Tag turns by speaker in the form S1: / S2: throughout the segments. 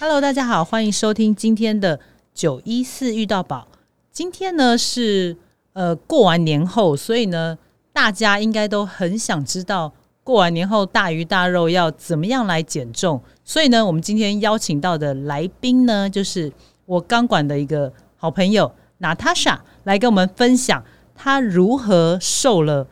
S1: Hello，大家好，欢迎收听今天的九一四遇到宝。今天呢是呃过完年后，所以呢大家应该都很想知道过完年后大鱼大肉要怎么样来减重。所以呢，我们今天邀请到的来宾呢，就是我钢管的一个好朋友娜塔莎，来跟我们分享她如何瘦了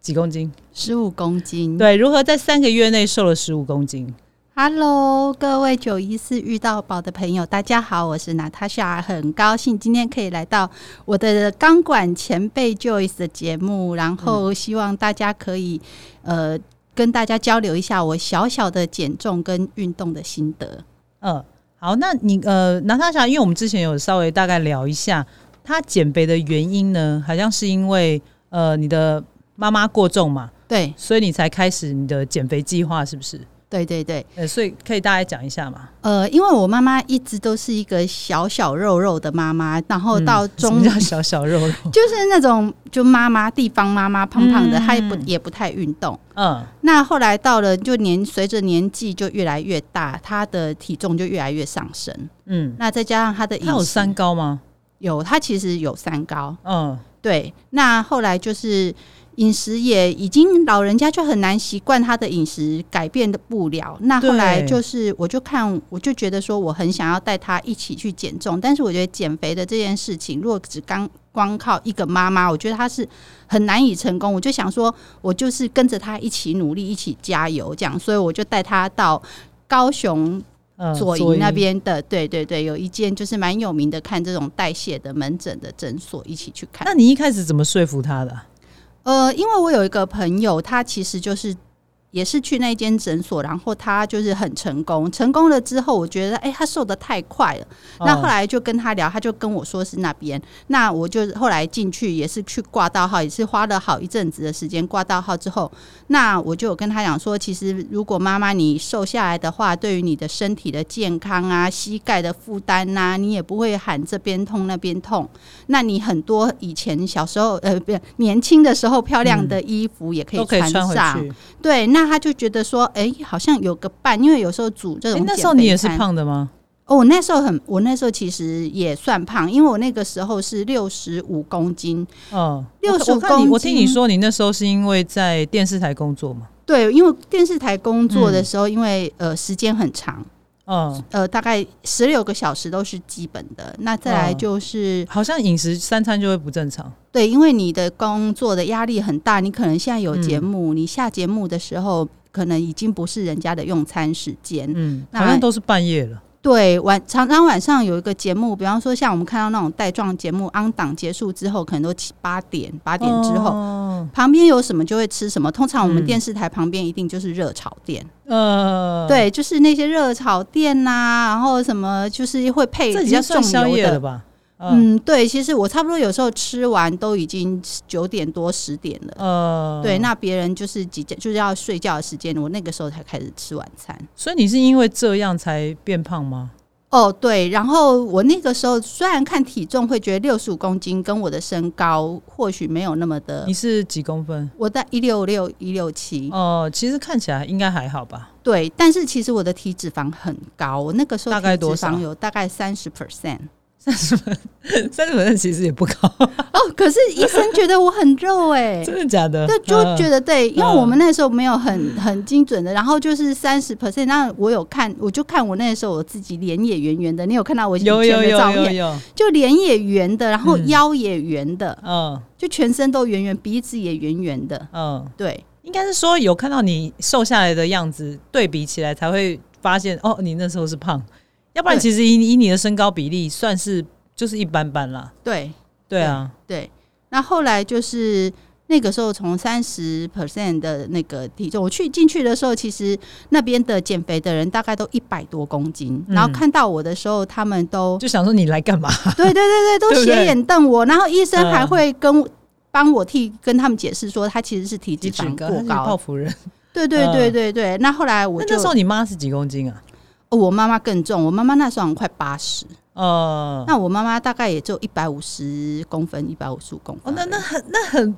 S1: 几公斤，
S2: 十五公斤。
S1: 对，如何在三个月内瘦了十五公斤。
S2: Hello，各位九一四遇到宝的朋友，大家好，我是娜塔莎，很高兴今天可以来到我的钢管前辈 Joyce 的节目，然
S1: 嗯
S2: 后希望大家可以、呃跟大家交流一下我小小的减重跟运动的心得。
S1: 嗯，好，那你呃，娜塔莎，因为我们之前有稍微大概聊一下，她减肥的原因呢，好像是因为呃你的妈妈过重嘛，
S2: 对，
S1: 所以你才开始你的减肥计划，是不是？
S2: 对对对，
S1: 呃，所以可以大概讲一下嘛。
S2: 呃，因为我妈妈一直都是一个小小肉肉的妈妈，然后哦到
S1: 嗯什
S2: 中
S1: 么叫小小肉 肉？
S2: 就是那种就妈妈地方妈妈胖胖的，
S1: 嗯
S2: 她也不也不太运动。
S1: 嗯
S2: 那后来到了就年随着年纪就越来越大，她的体重就越来越上升。
S1: 嗯，
S2: 那再加上她的饮
S1: 她有
S2: 食
S1: 三高吗？
S2: 有她其实有三高，
S1: 嗯
S2: 对。那后来就是饮食也已经老人家就很难习惯她的饮食改变的不了。那后来
S1: 对
S2: 就是我就看我就觉得说我很想要带她一起去减重，但是我觉得减肥的这件事情，如果只刚光靠一个妈妈，我觉得她是很难以成功。我就想说，我就是跟着她一起努力，一起加油这样，所以我就带她到高雄
S1: 嗯，
S2: 左营那边的，对对对，有一间就是蛮有名的，看这种代谢的门诊的诊所，一起去看
S1: 那。你一开始怎么说服她的啊？
S2: 呃，因为我有一个朋友，他其实就是也是去那间诊所，然后他就是很成功，成功了之后，我觉得哎、他瘦的太快了。那
S1: 嗯
S2: 后来就跟他聊，他就跟我说是那边，那我就后来进去也是去挂到号，也是花了好一阵子的时间挂到号之后，那我就有跟他讲说，其实如果妈妈你瘦下来的话，对于你的身体的健康啊、膝盖的负担呐，你也不会喊这边痛那边痛，那你很多以前小时候呃不是年轻的时候漂亮的衣服也
S1: 嗯
S2: 可
S1: 都
S2: 以
S1: 可以穿回
S2: 上，
S1: 去。
S2: 对，那他就觉得说，哎、好像有个伴，因为有时候煮这
S1: 哎
S2: 种、，
S1: 那时候你也是。胖的吗？
S2: 哦，我那时候很，我那时候其实也算胖，因为我那个时候是六十五公斤。
S1: 嗯，
S2: 65
S1: 我看我看你
S2: 公
S1: 我听你
S2: 斤
S1: 说你那时候是因为在电视台工作嘛？
S2: 对，因为电视台工作的时候，因为呃时间很长，
S1: 嗯，
S2: 呃大概十六个小时都是基本的。那再来
S1: 嗯
S2: 就是、
S1: 好像饮食三餐就会不正常。
S2: 对，因为你的工作的压力很大，你可能现在有节
S1: 嗯
S2: 目，你下节目的时候可能已经不是人家的用餐时间，
S1: 嗯，
S2: 那
S1: 好像都是半夜了。
S2: 对，晚常常晚上有一个节目，比方说像我们看到那种带状节目，昂档结束之后，可能都七八点、八点之后，
S1: 哦
S2: 旁边有什么就会吃什么。通常我们
S1: 嗯
S2: 电视台旁边一定就是热炒店，
S1: 呃，，
S2: 对，就是那些热炒店呐、然后什么就是会配
S1: 这已
S2: 比
S1: 经
S2: 较
S1: 算
S2: 重
S1: 宵
S2: 油
S1: 夜
S2: 的。
S1: 了吧？嗯
S2: 嗯，对，其实我差不多有时候吃完都已经九点多十点了。
S1: 呃，
S2: 对，那别人就是几点就是要睡觉的时间，我那个时候才开始吃晚餐。
S1: 所以你是因为这样才变胖吗？
S2: 哦，对，然后我那个时候虽然看体重会觉得六十五公斤跟我的身高或许没有那么的
S1: 你，是几公分？
S2: 我在一六六一六七，
S1: 哦、其实看起来应该还好吧。
S2: 对，但是其实我的体脂肪很高，我那个时候
S1: 大概
S2: 体
S1: 多
S2: 脂
S1: 少
S2: 肪有大概三十 percent
S1: 三十分其实也不高，
S2: 哦，可是医生觉得我很 肉哎、
S1: 真的假的？嗯
S2: 对，就觉
S1: 得
S2: 得对，因为我们那时候没有很
S1: 嗯
S2: 很精准的，然后就是三十 percent。那我有看，我就看我那时候我自己脸也圆圆的，你有看到我以前
S1: 有有
S2: 的
S1: 有
S2: 照
S1: 有
S2: 片，
S1: 有，
S2: 就脸也圆的，然后
S1: 嗯
S2: 腰也圆的，
S1: 嗯
S2: 就全身都圆圆，鼻子也圆圆的。
S1: 嗯，
S2: 对，
S1: 应该是说有看到你瘦下来的样子，对比起来才会发现哦，你那时候是胖，要不然
S2: 对
S1: 其实以以你的身高比例算是就是一般般啦。
S2: 对，
S1: 对啊，
S2: 对。那后来就是那个时候，从三十 percent 的那个体重，我去进去的时候，其实那边的减肥的人大概都一百多公斤，
S1: 嗯
S2: 然后看到我的时候，他们 都
S1: 就想说你来干嘛？
S2: 对对对对，都
S1: 对不对
S2: 斜眼瞪我，然后医生
S1: 嗯
S2: 还会跟。帮我替跟他们解释说，他其实是体脂肪
S1: 高，
S2: 过
S1: 他是泡
S2: 高，
S1: 芙人。
S2: 对对
S1: 嗯
S2: 对对对。那后来我
S1: 那
S2: 就
S1: 那时，候你妈是几公斤啊？
S2: 哦我妈妈更重，我妈妈那时候好像快八十，
S1: 呃，
S2: 那我妈妈大概也就一百五十公分，一百五十五公
S1: 哦
S2: 分而已。，
S1: 那那很那很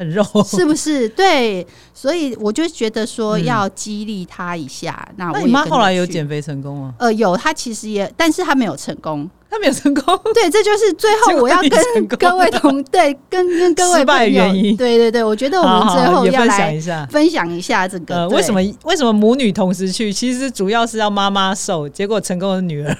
S1: 很肉，
S2: 是不是？对，所以我就觉得说要激励他一下。那我
S1: 嗯那
S2: 也
S1: 你妈
S2: 跟
S1: 后
S2: 着
S1: 来有
S2: 去？
S1: 减肥成功吗？
S2: 呃，有，他其实也，但是他没有成功。
S1: 她没有成功，
S2: 对，这就是最
S1: 结
S2: 后
S1: 果
S2: 我要
S1: 你成
S2: 跟
S1: 功
S2: 各位同对跟跟各位
S1: 失败
S2: 朋友
S1: 原因
S2: 对对对，我觉得我
S1: 好
S2: 们
S1: 好
S2: 最后
S1: 也
S2: 要
S1: 分享
S2: 来
S1: 一下。
S2: 分享一下这个
S1: 呃，为什
S2: 对
S1: 么为什么母女同时去？其实主要是要妈妈瘦，结果成功的女儿，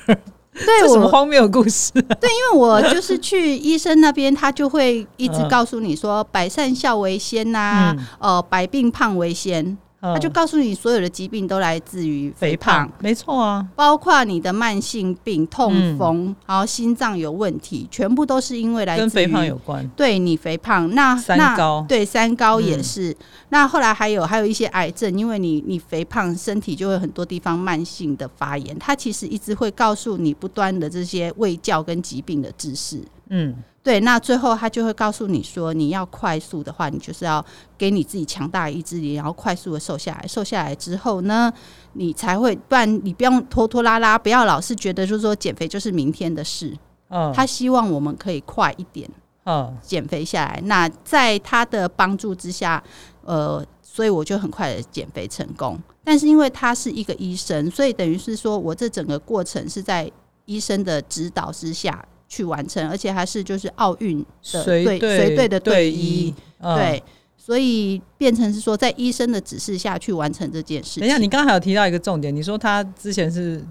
S2: 对
S1: 这什么
S2: 哎我
S1: 荒谬的故事？
S2: 因为我就是去医生那边，他就会一直
S1: 嗯
S2: 告诉你说百善孝为先呐、
S1: 嗯
S2: 呃，百病胖为先，
S1: 他
S2: 他就告诉你所有的疾病都来自于
S1: 肥
S2: 胖
S1: 胖，没错啊，
S2: 包括你的慢性病、痛
S1: 嗯
S2: 风，然后心脏有问题，全部都是因为来自
S1: 跟肥
S2: 于
S1: 胖有关。
S2: 对你肥胖，那
S1: 三
S2: 那
S1: 高
S2: 对三高也
S1: 嗯
S2: 是。那后来还有还有一些癌症，因为你你肥胖，身体就会很多地方慢性的发炎。它其实一直会告诉你不断的这些卫教跟疾病的知识。
S1: 嗯，
S2: 对，那最后他就会告诉你说，你要快速的话，你就是要给你自己强大的意志力，然后快速的瘦下来。瘦下来之后呢，你才会，不然你不用拖拖拉拉，不要老是觉得就是说减肥就是明天的事。
S1: 嗯，
S2: 他希望我们可以快一点。
S1: 嗯，
S2: 减肥下来。那在他的帮助之下，呃，所以我就很快的减肥成功。但是因为他是一个医生，所以等于是说我这整个过程是在医生的指导之下去完成，而且还是就是奥运的
S1: 随
S2: 队随队的队
S1: 队
S2: 医，，
S1: 嗯。
S2: 对，所以变成是说在医生的指示下去完成这件事
S1: 等一下，
S2: 情。
S1: 你刚才有提到一个重点，你说他之前是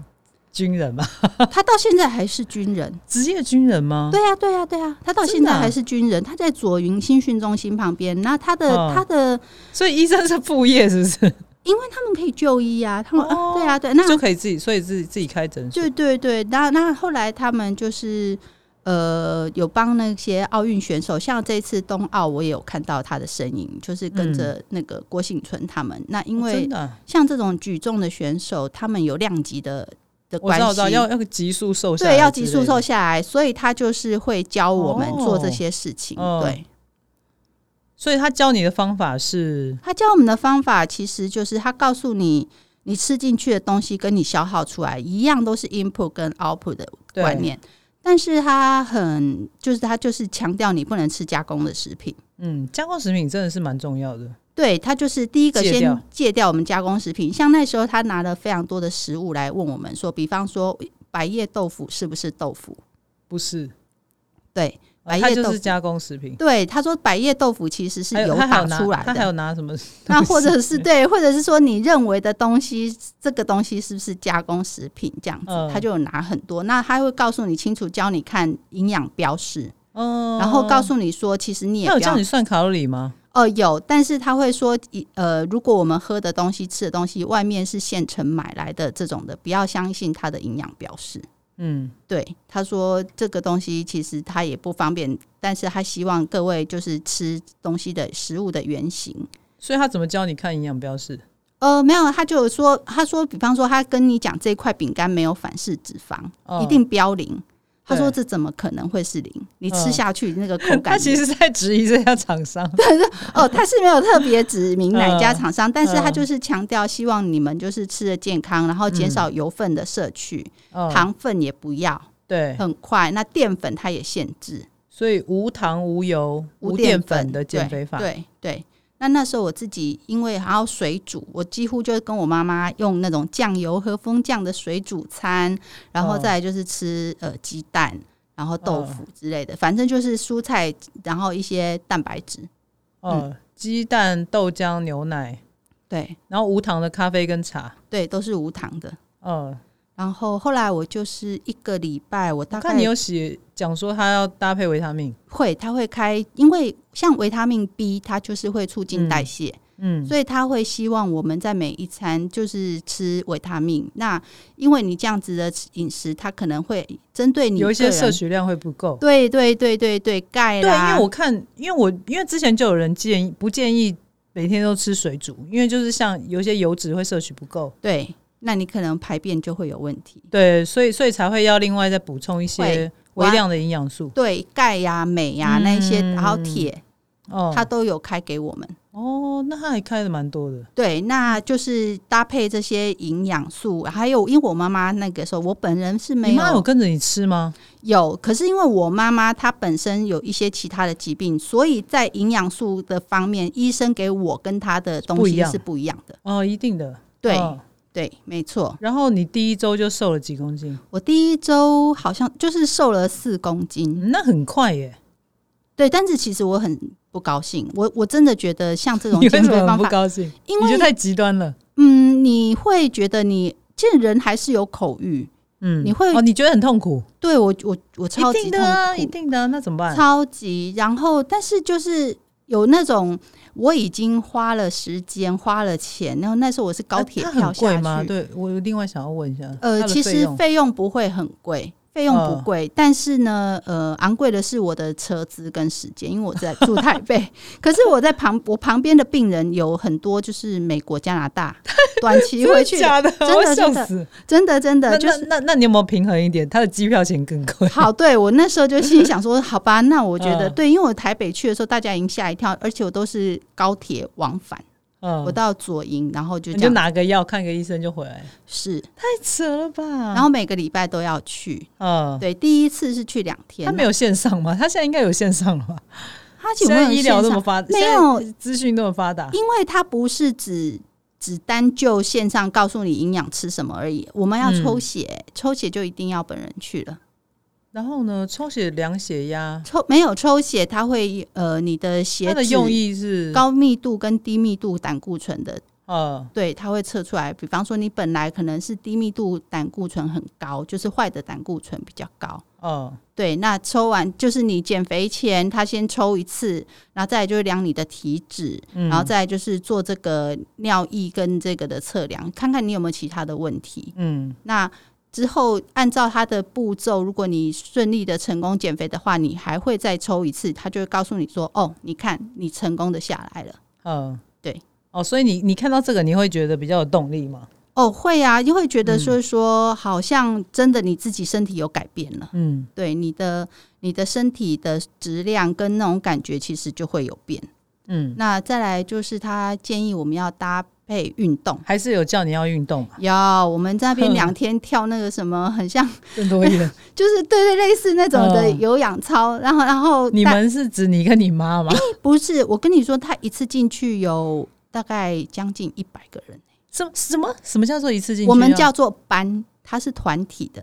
S1: 军人 嘛，
S2: 他到现在还是军人，
S1: 职业军人吗？
S2: 对呀、啊对呀、对呀、他到
S1: 真
S2: 现在
S1: 的啊
S2: 还是军人，他在左云新训中心旁边。那他的、
S1: 嗯
S2: 他的
S1: 所以医生是副业，是不是？
S2: 因为他们可以就医啊，他们、
S1: 哦
S2: 啊对啊对，那
S1: 就可以自己，所以自己自己开诊所。
S2: 对对对，那那后来他们就是呃有帮那些奥运选手，像这次冬奥我也有看到他的身影，就是跟着那个郭幸存他们。那
S1: 嗯
S2: 因
S1: 哦真
S2: 为
S1: 的啊，
S2: 像这种举重的选手，他们有量级的的
S1: 我知
S2: 关系，
S1: 道，我知道，要要急速瘦下来
S2: 对要
S1: 之
S2: 急速
S1: 类的
S2: 瘦下来，所以他就是会教我们
S1: 哦
S2: 做这些事情。
S1: 嗯
S2: 对
S1: 所以他教你的方法是，
S2: 他教我们的方法其实就是他告诉你。你吃进去的东西跟你消耗出来一样，都是 input 跟 output 的
S1: 对
S2: 观念，但是他很就是他就是强调你不能吃加工的食品。
S1: 嗯，加工食品真的是蛮重要的。
S2: 对他就是第一个
S1: 戒掉
S2: 先戒掉我们加工食品，像那时候他拿了非常多的食物来问我们说，比方说白叶豆腐是不是豆腐？
S1: 不是，
S2: 对
S1: 啊
S2: 白
S1: 它
S2: 叶
S1: 就
S2: 豆
S1: 是
S2: 腐
S1: 加工食品，
S2: 对，他说白叶豆腐其实是
S1: 还有
S2: 油
S1: 他还有
S2: 打
S1: 拿
S2: 出来
S1: 他还有
S2: 的，
S1: 拿什么东西？
S2: 那或者是对，或者是说你认为的东西，这个东西是不是加工食品这样子
S1: 嗯？
S2: 他就有拿很多，那他会告诉你清楚，教你看营养标示，
S1: 嗯，
S2: 然后告诉你说，其实你也
S1: 他
S2: 不
S1: 有叫
S2: 要
S1: 你算卡路里吗？
S2: 哦，有，但是他会说，以呃，如果我们喝的东西、吃的东西，外面是现成买来的这种的，不要相信它的营养标示。
S1: 嗯，
S2: 对，他说这个东西其实他也不方便，但是他希望各位就是吃东西的食物的原型。
S1: 所以他怎么教你看营养标示？
S2: 呃，没有，他就有说，他说，比方说，他跟你讲这块饼干没有反式脂肪，
S1: 哦
S2: 一定标零。他说
S1: 对
S2: 这怎么可能会是零？你吃
S1: 嗯
S2: 下去那个口 感，
S1: 他其实在质疑这家厂商。
S2: 哦，他是没有特别指明哪一家厂商，但是他
S1: 嗯
S2: 就是强调希望你们就是吃的健康，然后减少油分的摄取，
S1: 嗯，
S2: 糖分也不要，
S1: 对，
S2: 很快。那淀粉它也限制，
S1: 所以无糖、无油、无淀
S2: 淀
S1: 粉的减肥法，
S2: 对对。对那那时候我自己因为还要水煮，我几乎就跟我妈妈用那种酱油和风酱的水煮餐，然后
S1: 嗯
S2: 再来就是吃呃鸡蛋，然后豆
S1: 嗯
S2: 腐之类的，反正就是蔬菜，然后一些蛋白质。
S1: 嗯，鸡蛋、豆浆、牛奶，
S2: 对
S1: 然后无糖的咖啡跟茶，
S2: 对，都是无糖的。
S1: 嗯，
S2: 然后后来我就是一个礼拜，我大
S1: 我
S2: 概
S1: 看你有写讲说它要搭配维他命，
S2: 会，它会开，因为像维他命 B，它就是会促进代谢，
S1: 嗯，
S2: 所以它会希望我们在每一餐就是吃维他命。那因为你这样子的饮食，它可能会针对你
S1: 有一些
S2: 个人
S1: 摄，取量会不够。
S2: 对对对对对，钙
S1: 对，啊
S2: 啦，
S1: 因为我看，因为我因为之前就有人建议不建议每天都吃水煮，因为就是像有一些油脂会摄取不够，
S2: 对，那你可能排便就会有问题。
S1: 对，所以所以才会要另外再补充一些
S2: 会
S1: 微量的营养素。
S2: 对钙呀、镁呀、那一些，
S1: 嗯
S2: 然后铁，
S1: 哦，
S2: 它都有开给我们。
S1: 哦，那它还开的蛮多的，
S2: 对，那就是搭配这些营养素，还有因为我妈妈那个时候，我本人是没
S1: 你妈有
S2: 有
S1: 跟着你吃吗？
S2: 有，可是因为我妈妈她本身有一些其他的疾病，所以在营养素的方面，医生给我跟她的东
S1: 不一
S2: 西
S1: 样
S2: 是不一样的。
S1: 哦，一定的，
S2: 对、
S1: 哦
S2: 对，没错。
S1: 然后你第一周就瘦了几公斤，
S2: 我第一周好像就是瘦了四公斤，
S1: 嗯那很快耶，
S2: 对，但是其实我很不高兴，我我真的觉得像这种
S1: 你为
S2: 减
S1: 什
S2: 肥
S1: 么很
S2: 方
S1: 不
S2: 法，
S1: 高兴？
S2: 因
S1: 你
S2: 为
S1: 就太极端了，
S2: 嗯，你会觉得你见人还是有口欲，
S1: 嗯，
S2: 你会
S1: 哦，你觉得很痛苦，
S2: 对我我我超
S1: 一
S2: 级
S1: 定
S2: 痛
S1: 的
S2: 苦，
S1: 啊，一定的啊，那怎么办？
S2: 超级。然后，但是就是有那种我已经花了时间、花了钱，然后那时候我是高
S1: 那
S2: 铁
S1: 啊它
S2: 票
S1: 很贵
S2: 下
S1: 吗？
S2: 去，
S1: 对我另外想要问一下，它
S2: 呃，
S1: 的
S2: 其
S1: 费
S2: 实
S1: 用嗯
S2: 费用不会很贵。费用不贵，但是呢，呃，昂贵的是我的车资跟时间，因为我在住台北。 可是我在旁，我旁边的病人有很多就是美国、加拿 大短期
S1: 真的
S2: 回去，
S1: 假的，
S2: 真的
S1: 我要笑
S2: 真的
S1: 死。
S2: 真的真
S1: 那
S2: 的就是
S1: 那那那你有没有平衡一点？它的机票钱更 贵，
S2: 好，对我那时候就心里想说，好吧，那我觉得、
S1: 嗯
S2: 对，因为我台北去的时候，大家已经吓一跳，而且我都是高铁往返，
S1: 嗯
S2: 我到左营，然后就
S1: 你
S2: 这
S1: 就
S2: 样
S1: 拿个药看个医生就回来，
S2: 是，
S1: 太扯了吧？
S2: 然后每个礼拜都要去。
S1: 嗯，
S2: 对，第一次是去两天，啊
S1: 他没有线上吗？他现在应该有线上了吧？
S2: 他有
S1: 现
S2: 没有
S1: 在医疗
S2: 线
S1: 那么
S2: 上
S1: 发，
S2: 没
S1: 现在
S2: 有
S1: 资讯那么发达，
S2: 因为他不是只只单就线上告诉你营养吃什么而已，我们要
S1: 嗯
S2: 抽血，抽血就一定要本人去了。
S1: 然后呢，抽血量血压，
S2: 抽没有抽血，他会呃，你的血
S1: 它的
S2: 脂
S1: 用意是
S2: 高密度跟低密度胆固醇的
S1: 呃
S2: 对，它会测出来。比方说，你本来可能是低密度胆固醇很高，就是坏的胆固醇比较高。
S1: 呃
S2: 对，那抽完就是你减肥前，他先抽一次，然后再来就是量你的体脂，
S1: 嗯，
S2: 然后再来就是做这个尿液跟这个的测量，看看你有没有其他的问题。
S1: 嗯
S2: 那之后按照它的步骤，如果你顺利的成功减肥的话，你还会再抽一次，他就会告诉你说：“哦，你看你成功的下来了。”
S1: 呃
S2: 对
S1: 哦，所以你你看到这个你会觉得比较有动力嘛？
S2: 哦，会啊，就会觉
S1: 嗯
S2: 得说说，好像真的你自己身体有改变了，
S1: 嗯，
S2: 对你的你的身体的质量跟那种感觉其实就会有变。
S1: 嗯，
S2: 那再来就是他建议我们要搭配运动。
S1: 还是有叫你要运动嘛，
S2: 要我们在那边
S1: 哼
S2: 两天跳那个什么，很像
S1: 更多一 点。
S2: 就是对对类似那种的
S1: 嗯
S2: 有氧操，然后然后
S1: 你
S2: 但
S1: 们是指你跟你妈 吗？
S2: 不是我跟你说，他一次进去有大概将近一百个人，
S1: 什么什么什么叫做一次进去啊？
S2: 我们叫做班，它是团体的，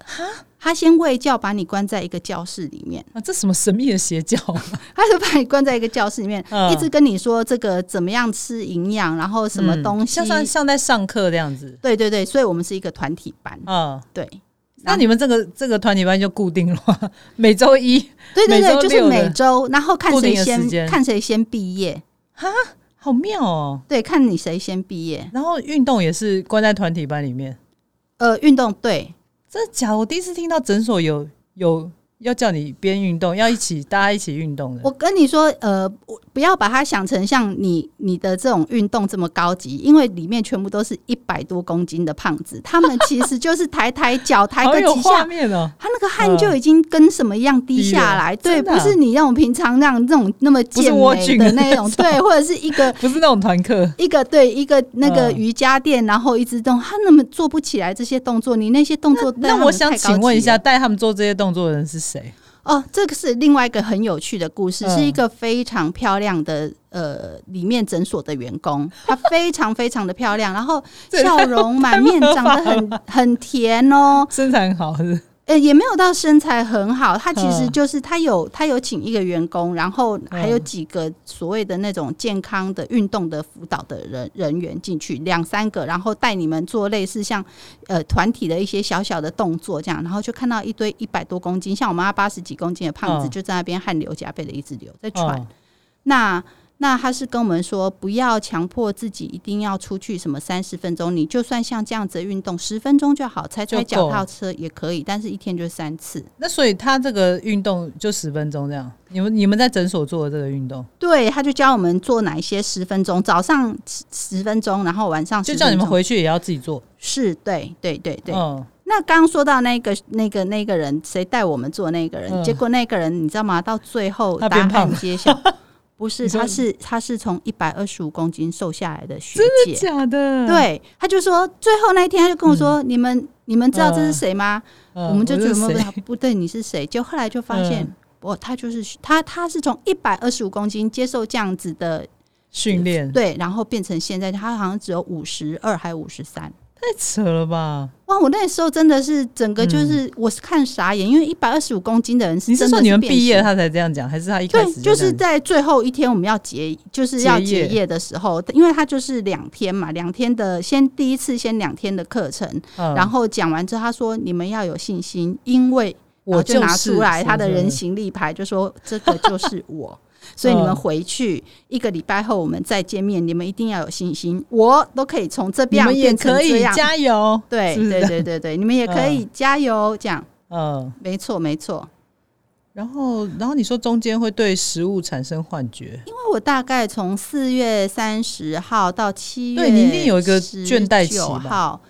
S2: 他先喂教把你关在一个教室里面。
S1: 啊，这什么神秘的邪教？
S2: 他就把你关在一个教室里面，
S1: 嗯
S2: 一直跟你说这个怎么样吃营养，然后什么
S1: 嗯
S2: 东西。
S1: 像上像在上课这样子
S2: 对对对，所以我们是一个团体班，
S1: 啊。
S2: 对
S1: 那你们这个这个团体班就固定了 吗？每周一，
S2: 对对
S1: 每周
S2: 对，就是
S1: 六的
S2: 每周，然后看
S1: 固定
S2: 谁
S1: 的时间
S2: 先看谁先毕业，
S1: 好妙哦。
S2: 对，看你谁先毕业。
S1: 然后运动也是关在团体班里面，
S2: 呃，运动对，
S1: 真的假的？我第一次听到诊所有有要叫你边运动，要一起大家一起运动的
S2: 我。跟你说，呃，我不要把它想成像你你的这种运动这么高级，因为里面全部都是一百多公斤的胖子，他们其实就是抬抬脚，抬
S1: 好
S2: 个
S1: 有
S2: 几
S1: 画
S2: 下，
S1: 面哦！
S2: 他那个汗就已经跟什么一样滴下来，
S1: 滴了
S2: 对，
S1: 真的
S2: 不
S1: 啊
S2: 是你那种平常那样那种那么健美的那
S1: 不
S2: 种，
S1: 是
S2: 对，或者是一个
S1: 不是那种团课，
S2: 一个对一个那个
S1: 嗯
S2: 瑜伽垫，然后一直动，他那么做不起来这些动作，你那些动作对他
S1: 那
S2: 们
S1: 我想
S2: 太高级
S1: 请问一下，
S2: 了，
S1: 带他们做这些动作的人是谁？
S2: 哦，这个是另外一个很有趣的故事，
S1: 嗯
S2: 是一个非常漂亮的呃里面诊所的员 工，她非常非常的漂亮，然后
S1: 这也太
S2: 笑容满面，
S1: 太合
S2: 长
S1: 法
S2: 得很很甜哦，
S1: 身材很好是不是？
S2: 呃，也没有到身材很好，他其实
S1: 嗯
S2: 就是他有他有请一个员工，然后还有
S1: 嗯
S2: 几个所谓的那种健康的运动的辅导的人人员进去，两三个，然后带你们做类似像呃团体的一些小小的动作这样，然后就看到一堆一百多公斤，像我妈八十几公斤的胖子
S1: 嗯
S2: 就在那边汗流浃背的一直流在喘，
S1: 哦
S2: 那那他是跟我们说，不要强迫自己一定要出去什么三十分钟，你就算像这样子的运动十分钟就好，踩
S1: 就
S2: 踩脚
S1: 够
S2: 踏车也可以，但是一天就三次。
S1: 那所以他这个运动就十分钟这样。你们你们在诊所做的这个运动，
S2: 对，他就教我们做哪一些十分钟，早上十十分钟，然后晚上
S1: 就
S2: 10
S1: 叫你们
S2: 分钟
S1: 回去也要自己做。
S2: 是，对对对对。
S1: 嗯，
S2: 那刚刚说到那个那个那个人，谁带我们做那个人？
S1: 嗯
S2: 结果那个人你知道吗？到最后
S1: 他
S2: 答
S1: 变胖
S2: 案揭晓，不是，
S1: 你说
S2: 她是她是从一百二十五公斤瘦下来的学姐，
S1: 假的，
S2: 对，她就说最后那一天，她就跟我说：“你们你们知道这是谁吗？”
S1: 嗯，
S2: 我们就
S1: 是
S2: 觉得
S1: 谁
S2: 不对不对，你是谁？就后来就发现，
S1: 嗯
S2: 哦，她就是她，她是从一百二十五公斤接受这样子的
S1: 训练，
S2: 对，然后变成现在她好像只有五十二还五十三。
S1: 太扯了吧？
S2: 哇！我那时候真的是整个就是，我是看傻眼，因为一百二十五公斤的人
S1: 嗯
S2: 是
S1: 你
S2: 真
S1: 是
S2: 的
S1: 说你们
S2: 变
S1: 毕业
S2: 形
S1: 他才这样讲，还是他一开
S2: 对
S1: 始，
S2: 就
S1: 这样
S2: 是在最后一天我们要结，就是要
S1: 结业
S2: 结业的时候，因为它就是两天嘛，两天的先第一次先两天的课程，
S1: 嗯
S2: 然后讲完之后，他说你们要有信心，因为然
S1: 我
S2: 后就拿
S1: 是
S2: 出来
S1: 什
S2: 他
S1: 么
S2: 的
S1: 什么
S2: 人形立牌，就说这个就是我。所以你们
S1: 嗯
S2: 回去一个礼拜后，我们再见面，你们一定要有信心，我都可以从这
S1: 你
S2: 边
S1: 们也
S2: 变成
S1: 可
S2: 这
S1: 以
S2: 样。
S1: 加油，
S2: 对
S1: 是不是
S2: 对
S1: 这样
S2: 对对 对，你们也可以加油，这样
S1: 嗯。
S2: 没错没错。
S1: 然后，然后你说中间会对食物产生幻觉，
S2: 因为我大概从四月三十号到七月，
S1: 对你一定有一个倦怠期吧
S2: 号，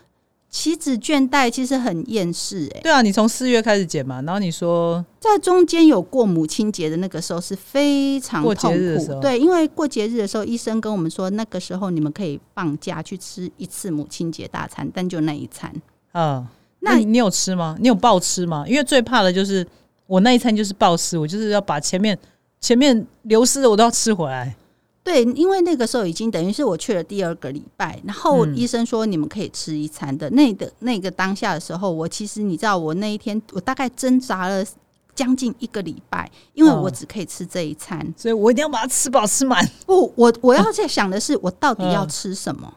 S2: 岂止倦怠，其实很厌世哎、
S1: 对啊，你从四月开始减嘛，然后你说
S2: 在中间有过母亲节的那个时候是非常
S1: 过
S2: 痛
S1: 节日的时
S2: 苦
S1: 候，
S2: 对，因为过节日的时候，医生跟我们说，那个时候你们可以放假去吃一次母亲节大餐，但就那一餐。
S1: 嗯，那
S2: 那
S1: 你你有吃吗？你有暴吃吗？因为最怕的就是我那一餐就是暴吃，我就是要把前面前面流失的我都要吃回来。
S2: 对，因为那个时候已经等于是我去了第二个礼拜，然后
S1: 嗯
S2: 医生说你们可以吃一餐的。那的那个当下的时候，我其实你知道，我那一天我大概挣扎了将近一个礼拜，因为
S1: 哦
S2: 我只可以吃这一餐。
S1: 所以我一定要把它吃饱吃满。
S2: 不，我我要在想的是，我到底要
S1: 嗯
S2: 吃什么？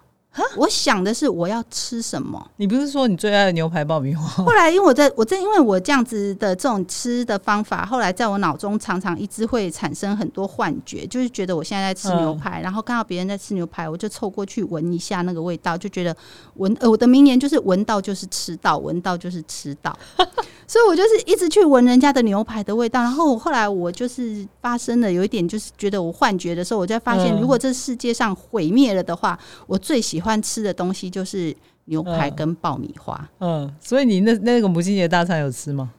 S2: 我想的是我要吃什么。
S1: 你不是说你最爱的牛排爆米 花？
S2: 后来，因为我在我在因为我这样子的这种吃的方法，后来在我脑中常常一直会产生很多幻觉，就是觉得我现在在吃牛
S1: 嗯
S2: 排，然后看到别人在吃牛排，我就凑过去闻一下那个味道，就觉得闻呃我的名言就是闻到就是吃到，闻到就是吃 到，所以我就是一直去闻人家的牛排的味道。然后我后来我就是发生了有一点就是觉得我幻觉的时候，我就发现
S1: 嗯
S2: 如果这世界上毁灭了的话，我最喜欢吃的东西就是牛排
S1: 嗯
S2: 跟爆米花。
S1: 嗯，所以你那那个母亲节大餐有吃吗？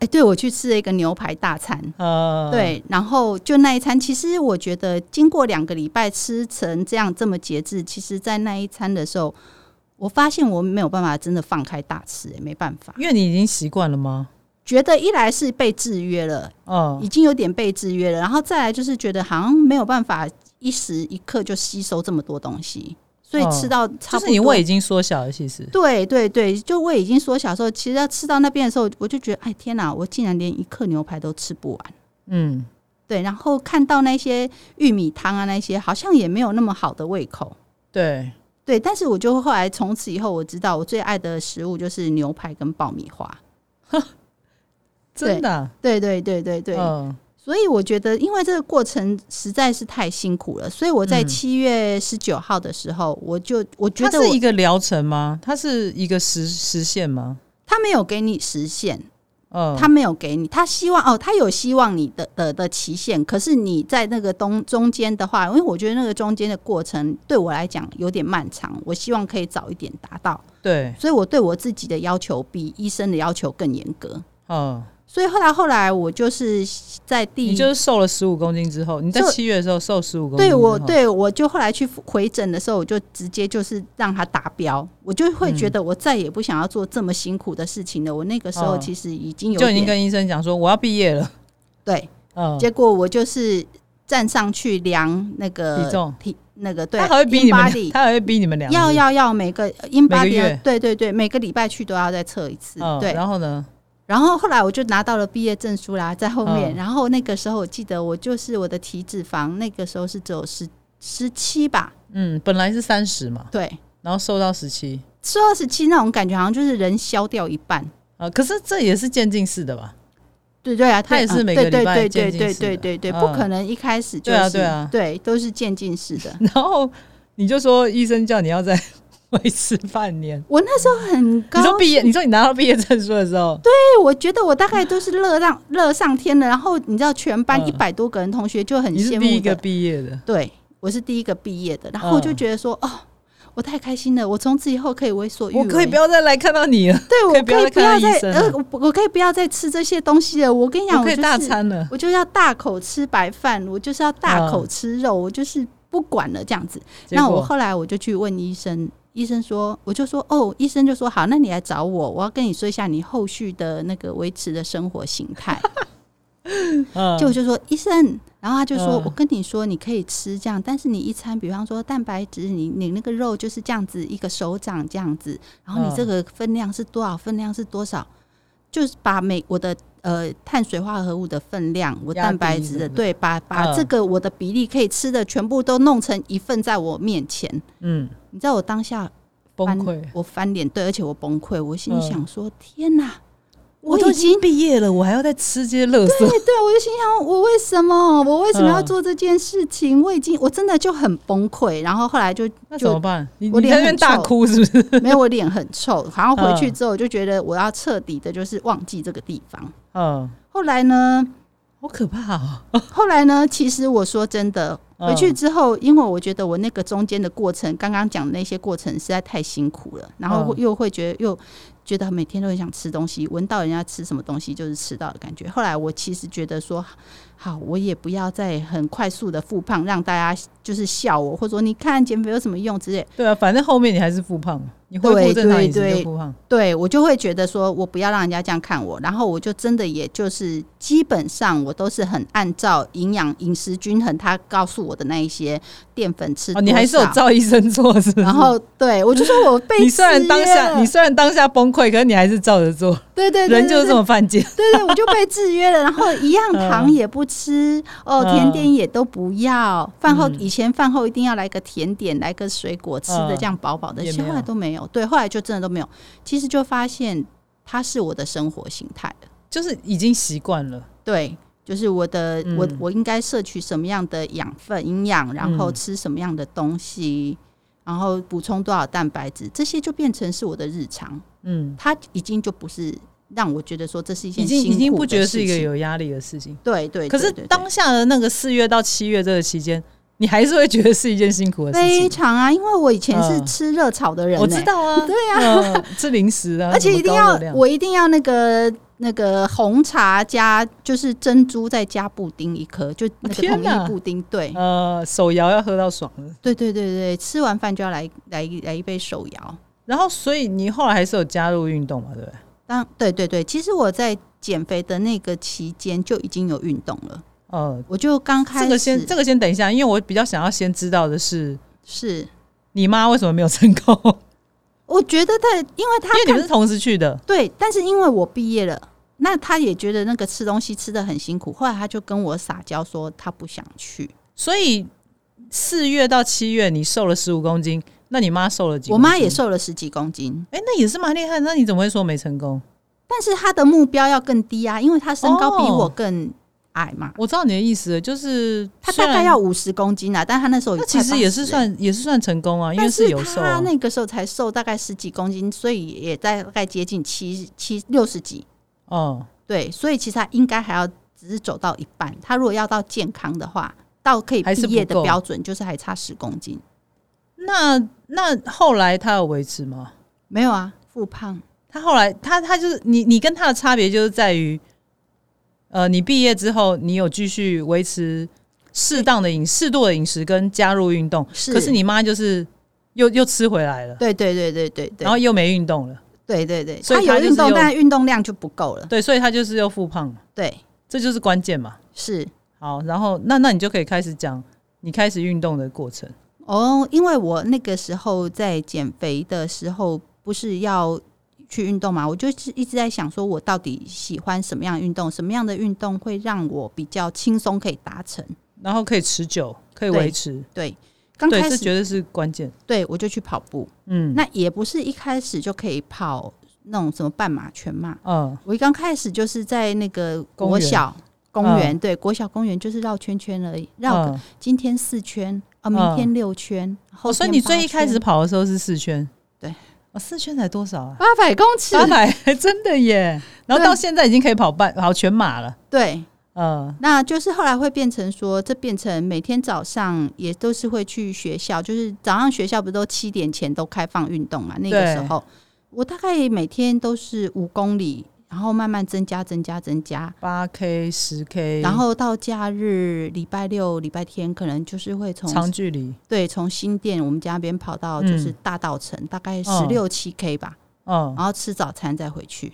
S2: 哎、对我去吃了一个牛排大餐，
S1: 呃，，
S2: 对，然后就那一餐，其实我觉得经过两个礼拜吃成这样这么节制，其实，在那一餐的时候，我发现我没有办法真的放开大吃、哎，没办法，
S1: 因为你已经习惯了吗？
S2: 觉得一来是被制约了，
S1: 嗯
S2: 已经有点被制约了，然后再来就是觉得好像没有办法一时一刻就吸收这么多东西，所以
S1: 嗯
S2: 吃到差
S1: 就
S2: 不
S1: 是
S2: 多。
S1: 你胃已经缩小了，其实。
S2: 对对对，就胃已经缩小的时候，其实要吃到那边的时候，我就觉得，哎天哪，我竟然连一克牛排都吃不完。
S1: 嗯，
S2: 对，然后看到那些玉米汤啊，那些好像也没有那么好的胃口。
S1: 对，
S2: 对，但是我就后来从此以后，我知道我最爱的食物就是牛排跟爆米花。
S1: 真的啊、
S2: 对对对对对，
S1: 嗯
S2: 所以我觉得，因为这个过程实在是太辛苦了，所以我在
S1: 嗯
S2: 七月十九号的时候，我就我觉
S1: 它
S2: 得
S1: 是
S2: 我
S1: 一个疗程吗？它是一个实实现吗？
S2: 他没有给你实现，
S1: 嗯，
S2: 他没有给你，他希望哦，他有希望你的的的期限，可是你在那个东中间的话，因为我觉得那个中间的过程对我来讲有点漫长，我希望可以早一点达到，
S1: 对，
S2: 所以我对我自己的要求比医生的要求更严格。
S1: 嗯，
S2: 所以后来后来我就是在第
S1: 你
S2: 一。
S1: 就是瘦了十五公斤之后，你在
S2: 就
S1: 七月的时候瘦十五公斤之
S2: 对
S1: 后，
S2: 我，对我就后来去回诊的时候，我就直接就是让他达标，我就会
S1: 嗯
S2: 觉得我再也不想要做这么辛苦的事情了。我那个时候
S1: 嗯
S2: 其实已经有
S1: 就已经
S2: 点、
S1: 跟医生讲说我要毕业了，
S2: 对，
S1: 嗯，
S2: 结果我就是站上去量那个
S1: 体重
S2: 体那个对，
S1: 他还会逼你
S2: in
S1: 们，
S2: body
S1: 他还会逼你们量，
S2: 要要要每个 in
S1: 每个
S2: body
S1: 月
S2: 要对对对，每个礼拜去都要再测一次，
S1: 嗯，
S2: 对。
S1: 然后呢，
S2: 然后后来我就拿到了毕业证书啦，在后面。
S1: 嗯
S2: 然后那个时候我记得我就是我的体脂肪，那个时候是只有十十七吧，
S1: 嗯，本来是三十嘛，
S2: 对，
S1: 然后瘦到十七，
S2: 是二十七那种感觉，好像就是人消掉一半。
S1: 啊，可是这也是渐进式的吧？
S2: 对对啊，
S1: 它也
S2: 对
S1: 是
S2: 嗯
S1: 每个
S2: 对
S1: 礼拜
S2: 对对
S1: 渐进
S2: 对
S1: 式的
S2: 对对对，
S1: 嗯
S2: 不可能一开始就
S1: 对啊
S2: 是
S1: 对啊
S2: 对，都是渐进式的。
S1: 然后你就说医生叫你要再 维持半年，
S2: 我那时候很高
S1: 你说毕业，你说你拿到毕业证书的时候，
S2: 对，我觉得我大概都是乐让乐上天了。然后你知道，全班
S1: 嗯
S2: 一百多个人同学就很
S1: 你
S2: 羡
S1: 是第
S2: 慕
S1: 一个嗯
S2: 的，
S1: 毕业的，
S2: 对我是第一个毕业的。然后我就觉得说，哦，我太开心了，我从此以后可以为所欲为，
S1: 我可以不要再来看到你了，
S2: 对，我
S1: 可以不要
S2: 可以
S1: 再看
S2: 不要
S1: 到医
S2: 再
S1: 生
S2: 呃
S1: 了，
S2: 我我可以不要再吃这些东西了。我跟你讲，
S1: 我
S2: 我
S1: 可以
S2: 就
S1: 大
S2: 是
S1: 餐了。
S2: 我就要大口吃白饭，我就是要大
S1: 嗯
S2: 口吃肉，我就是不管了这样子。
S1: 结
S2: 那我
S1: 果
S2: 后来我就去问医生，医生说，我就说哦，医生就说好，那你来找我，我要跟你说一下你后续的那个维持的生活形 态。
S1: 嗯
S2: 就我就说医生，然后他就说、
S1: 嗯
S2: 我跟你说你可以吃这样，但是你一餐，比方说蛋白质，你你那个肉就是这样子一个手掌这样子，然后你
S1: 嗯
S2: 这个分量是多少，分量是多少，就是把每我的。呃，碳水化合物的分量，我
S1: 压
S2: 蛋白
S1: 低
S2: 质
S1: 是
S2: 的，
S1: 不是
S2: 对，把把
S1: 嗯
S2: 这个我的比例可以吃的全部都弄成一份在我面前。
S1: 嗯
S2: 你知道我当下
S1: 崩
S2: 翻
S1: 溃，
S2: 我翻脸，对，而且我崩溃，我心里
S1: 嗯
S2: 想说：天哪！
S1: 我
S2: 已
S1: 都已
S2: 经
S1: 经毕业了，我还要再吃这些垃
S2: 对
S1: 圾，
S2: 对，我就心想，我为什么，我为什么要
S1: 嗯
S2: 做这件事情？我已经，我真的就很崩溃。然后后来就
S1: 那怎么
S2: 就
S1: 办？你
S2: 我
S1: 你
S2: 脸
S1: 在那边
S2: 很
S1: 大
S2: 臭
S1: 哭是不是？
S2: 没有，我脸很臭。然后回去
S1: 嗯
S2: 之后，我就觉得我要彻底的，就是忘记这个地方。
S1: 嗯，
S2: 后来呢，
S1: 好可怕哦。
S2: 后来呢，其实我说真的，
S1: 嗯
S2: 回去之后，因为我觉得我那个中间的过程，刚刚讲的那些过程实在太辛苦了，然后
S1: 嗯
S2: 又会觉得又觉得每天都很想吃东西，闻到人家吃什么东西就是吃到的感觉。后来我其实觉得说，好，我也不要再很快速的复胖，让大家就是笑我，或者说你看减肥有什么用之类。
S1: 对啊，反正后面你还是复胖，你恢复
S2: 对
S1: 正常
S2: 对
S1: 饮食就
S2: 对
S1: 复胖。
S2: 对我就会觉得说，我不要让人家这样看我，然后我就真的也就是基本上我都是很按照营养饮食均衡，他告诉我的那一些淀粉吃
S1: 哦，
S2: 多少，
S1: 你还是有照医生做是 不是？
S2: 然后对我就说我被
S1: 你虽然
S2: 制
S1: 当
S2: 约
S1: 下
S2: 了
S1: 你虽然当下崩溃，可是你还是照着做，
S2: 对对对
S1: 人就是这
S2: 么
S1: 么犯贱。
S2: 对对，我就被制约了，然后一样糖也不吃，哦，
S1: 嗯
S2: 甜点也都不要，饭后
S1: 嗯
S2: 以前饭后一定要来个甜点，来个水果吃的，
S1: 嗯
S2: 这样饱饱的，
S1: 也
S2: 现
S1: 没
S2: 在后来
S1: 有
S2: 都没有，对，后来就真的都没有，其实就发现它是我的生活形态。
S1: 就是已经习惯了，
S2: 对，就是我的、
S1: 嗯
S2: 我我应该摄取什么样的养分、营养，然后
S1: 嗯
S2: 吃什么样的东西，然后补充多少蛋白质，这些就变成是我的日常，
S1: 嗯，
S2: 它已经就不是让我觉得说这是一件
S1: 已经
S2: 辛
S1: 已经
S2: 苦
S1: 不
S2: 的
S1: 觉得是一个
S2: 事情
S1: 有压力的事情。
S2: 对对对
S1: 可是
S2: 对对
S1: 当下的那个四月到七月这个期间，你还是会觉得是一件辛苦的事
S2: 非
S1: 情。
S2: 常啊，因为我以前是
S1: 嗯
S2: 吃热炒的人、欸，
S1: 我知道 啊，对啊，吃零食啊，
S2: 而且一
S1: 什
S2: 定
S1: 么
S2: 要
S1: 高热量
S2: 我一定要那个那个红茶加就是珍珠再加布丁一颗，就那个
S1: 天
S2: 统
S1: 哪
S2: 一布丁，对，
S1: 呃手摇要喝到爽了。
S2: 对对对对，吃完饭就要来来一来一杯手摇。
S1: 然后，所以你后来还是有加入运动嘛，对不对？
S2: 当对对对，其实我在减肥的那个期间就已经有运动了，
S1: 呃，
S2: 我就刚开始
S1: 这个先这个先等一下，因为我比较想要先知道的是，
S2: 是，
S1: 你妈为什么没有成功？
S2: 我觉得他因为他
S1: 因为你
S2: 看
S1: 们是同时去的，
S2: 对，但是因为我毕业了，那他也觉得那个吃东西吃的很辛苦，后来他就跟我撒娇说他不想去，
S1: 所以四月到七月你瘦了十五公斤，那你妈瘦了几？
S2: 我妈也。瘦了十几公斤，
S1: 哎、那也是蛮厉害的。那你怎么会说没成功？
S2: 但是她的目标要更低啊，因为她身高比
S1: 哦
S2: 我更矮嘛，
S1: 我知道你的意思了，就是
S2: 她
S1: 虽
S2: 大
S1: 然
S2: 概要五十公斤啊，但她那时候也
S1: 那其
S2: 快
S1: 实也
S2: 80
S1: 是
S2: 了
S1: 算也是算成功啊，因为
S2: 哎但
S1: 是有
S2: 他
S1: 瘦、啊。
S2: 那个时候才瘦大概十几公斤，所以也大概接近七七六十几。
S1: 哦，
S2: 对，所以其实他应该还要只是走到一半。他如果要到健康的话，到可以
S1: 还
S2: 毕
S1: 是
S2: 业
S1: 不
S2: 的
S1: 够
S2: 标准，就是还差十公斤。
S1: 那那后来他有维持吗？
S2: 没有啊，复胖。
S1: 他后来他他就是你你跟他的差别就是在于，呃，你毕业之后你有继续维持适当的饮适度的饮食跟加入运动，
S2: 是
S1: 可是你妈就是又又吃回来了，
S2: 对对对对对对，
S1: 然后又没运动了，
S2: 对对对，
S1: 所以
S2: 他
S1: 他
S2: 有
S1: 就是
S2: 运动，
S1: 有
S2: 但运动量就不够了。
S1: 对，所以他就是又复胖了，
S2: 对，
S1: 这就是关键嘛。
S2: 是
S1: 好，然后那那你就可以开始讲你开始运动的过程，
S2: 哦，因为我那个时候在减肥的时候，不是要去运动嘛，我就是一直在想，说我到底喜欢什么样的运动，什么样的运动会让我比较轻松可以达成。
S1: 然后可以持久，可以
S2: 对
S1: 维持，
S2: 对，刚
S1: 对，
S2: 开
S1: 这
S2: 始对
S1: 绝对是关键。
S2: 我就去跑步，
S1: 嗯，
S2: 那也不是一开始就可以跑那种什么半马、全马。
S1: 嗯，
S2: 我一刚开始就是在那个
S1: 公
S2: 国
S1: 园
S2: 小公
S1: 嗯
S2: 园，对，国小公园就是绕圈圈而已，绕个、
S1: 嗯
S2: 今天四圈，啊，明
S1: 嗯
S2: 天六圈，后
S1: 哦，所以
S2: 天
S1: 你
S2: 八
S1: 最一开始
S2: 圈
S1: 跑的时候是四圈，
S2: 对
S1: 哦，四圈才多少啊？
S2: 八百公尺，
S1: 八百，真的耶！然后
S2: 对啊
S1: 到现在已经可以跑半跑全马了
S2: 对，
S1: 嗯
S2: 那就是后来会变成说，这变成每天早上也都是会去学校，就是早上学校不都七点前都开放运动嘛？那个
S1: 对
S2: 时候我大概每天都是五公里，然后慢慢增加、增加、增加，
S1: 八 K、十 K，
S2: 然后到假日礼拜六、礼拜天可能就是会从
S1: 长距离，
S2: 对从新店我们家那边跑到
S1: 嗯
S2: 就是大道城，大概十
S1: 哦
S2: 六七 K 吧，
S1: 嗯
S2: 然后吃早餐再回去。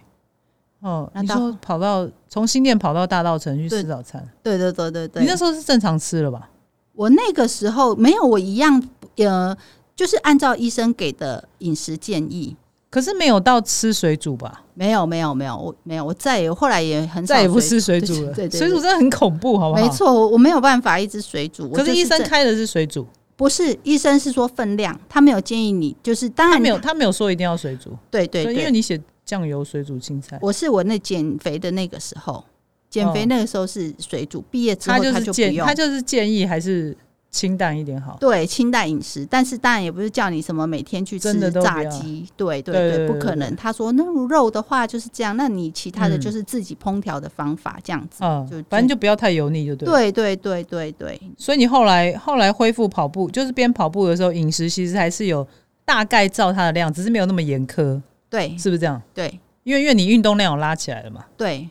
S1: 哦，
S2: 那
S1: 你
S2: 到
S1: 说跑到从新店跑到大道城去
S2: 对
S1: 吃早餐，
S2: 对对对对对，
S1: 你那时候是正常吃了吧？
S2: 我那个时候没有，我一样呃，就是按照医生给的饮食建议。
S1: 可是没有到吃水煮吧？
S2: 没有没有没有，我没有，我再也后来也很少
S1: 再也不
S2: 水
S1: 吃水
S2: 对
S1: 煮了，
S2: 对对对
S1: 水煮真的很恐怖，好不好？
S2: 没错，我我没有办法一直水煮。我
S1: 可
S2: 就是
S1: 医生
S2: 这
S1: 开的是水煮，
S2: 不是医生是说分量，他没有建议你，就是当
S1: 他
S2: 然
S1: 没有他没有说一定要水煮，
S2: 对对
S1: 所以因为
S2: 对，
S1: 你写酱油水煮青菜，
S2: 我是我那减肥的那个时候，减肥
S1: 哦
S2: 那个时候是水煮，毕业之后
S1: 就
S2: 他
S1: 是
S2: 就不
S1: 建
S2: 用
S1: 他。就是建议还是清淡一点好。
S2: 对清淡饮食，但是当然也不是叫你什么每天去吃
S1: 真的都不
S2: 炸
S1: 要
S2: 鸡，对对
S1: 对
S2: 对，
S1: 对
S2: 不
S1: 对
S2: 可能。他说那肉的话就是这样，那你其他的
S1: 嗯
S2: 就是自己烹调的方法这样子，
S1: 嗯
S2: 就，
S1: 反正就不要太油腻就对了。
S2: 对对对对对
S1: 所以你后来后来恢复跑步，就是边跑步的时候，饮食其实还是有大概照它的量，只是没有那么严苛，
S2: 对
S1: 是不是这样？
S2: 对
S1: 因为因为你运动量有拉起来了嘛，
S2: 对，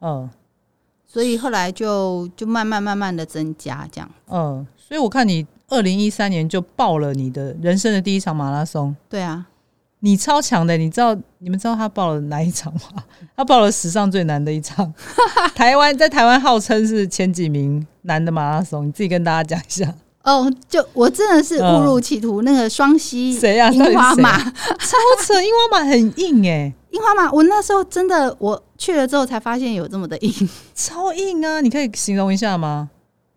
S1: 嗯
S2: 所以后来就就慢慢慢慢的增加这样。
S1: 嗯，所以我看你二零一三年就报了你的人生的第一场马拉松，
S2: 对啊，
S1: 你超强的，你知道你们知道他报了哪一场吗？ 他报了史上最难的一场， 台湾在台湾号称是前几名难的马拉松，你自己跟大家讲一下，
S2: 哦，就我真的是误
S1: 嗯
S2: 入歧途。那个双溪
S1: 谁呀、啊？
S2: 樱
S1: 到底
S2: 花
S1: 是谁
S2: 马
S1: 啊？，超扯，樱花马很硬哎、
S2: 樱花马，我那时候真的我去了之后才发现有这么的硬。
S1: 超硬啊！你可以形容一下吗？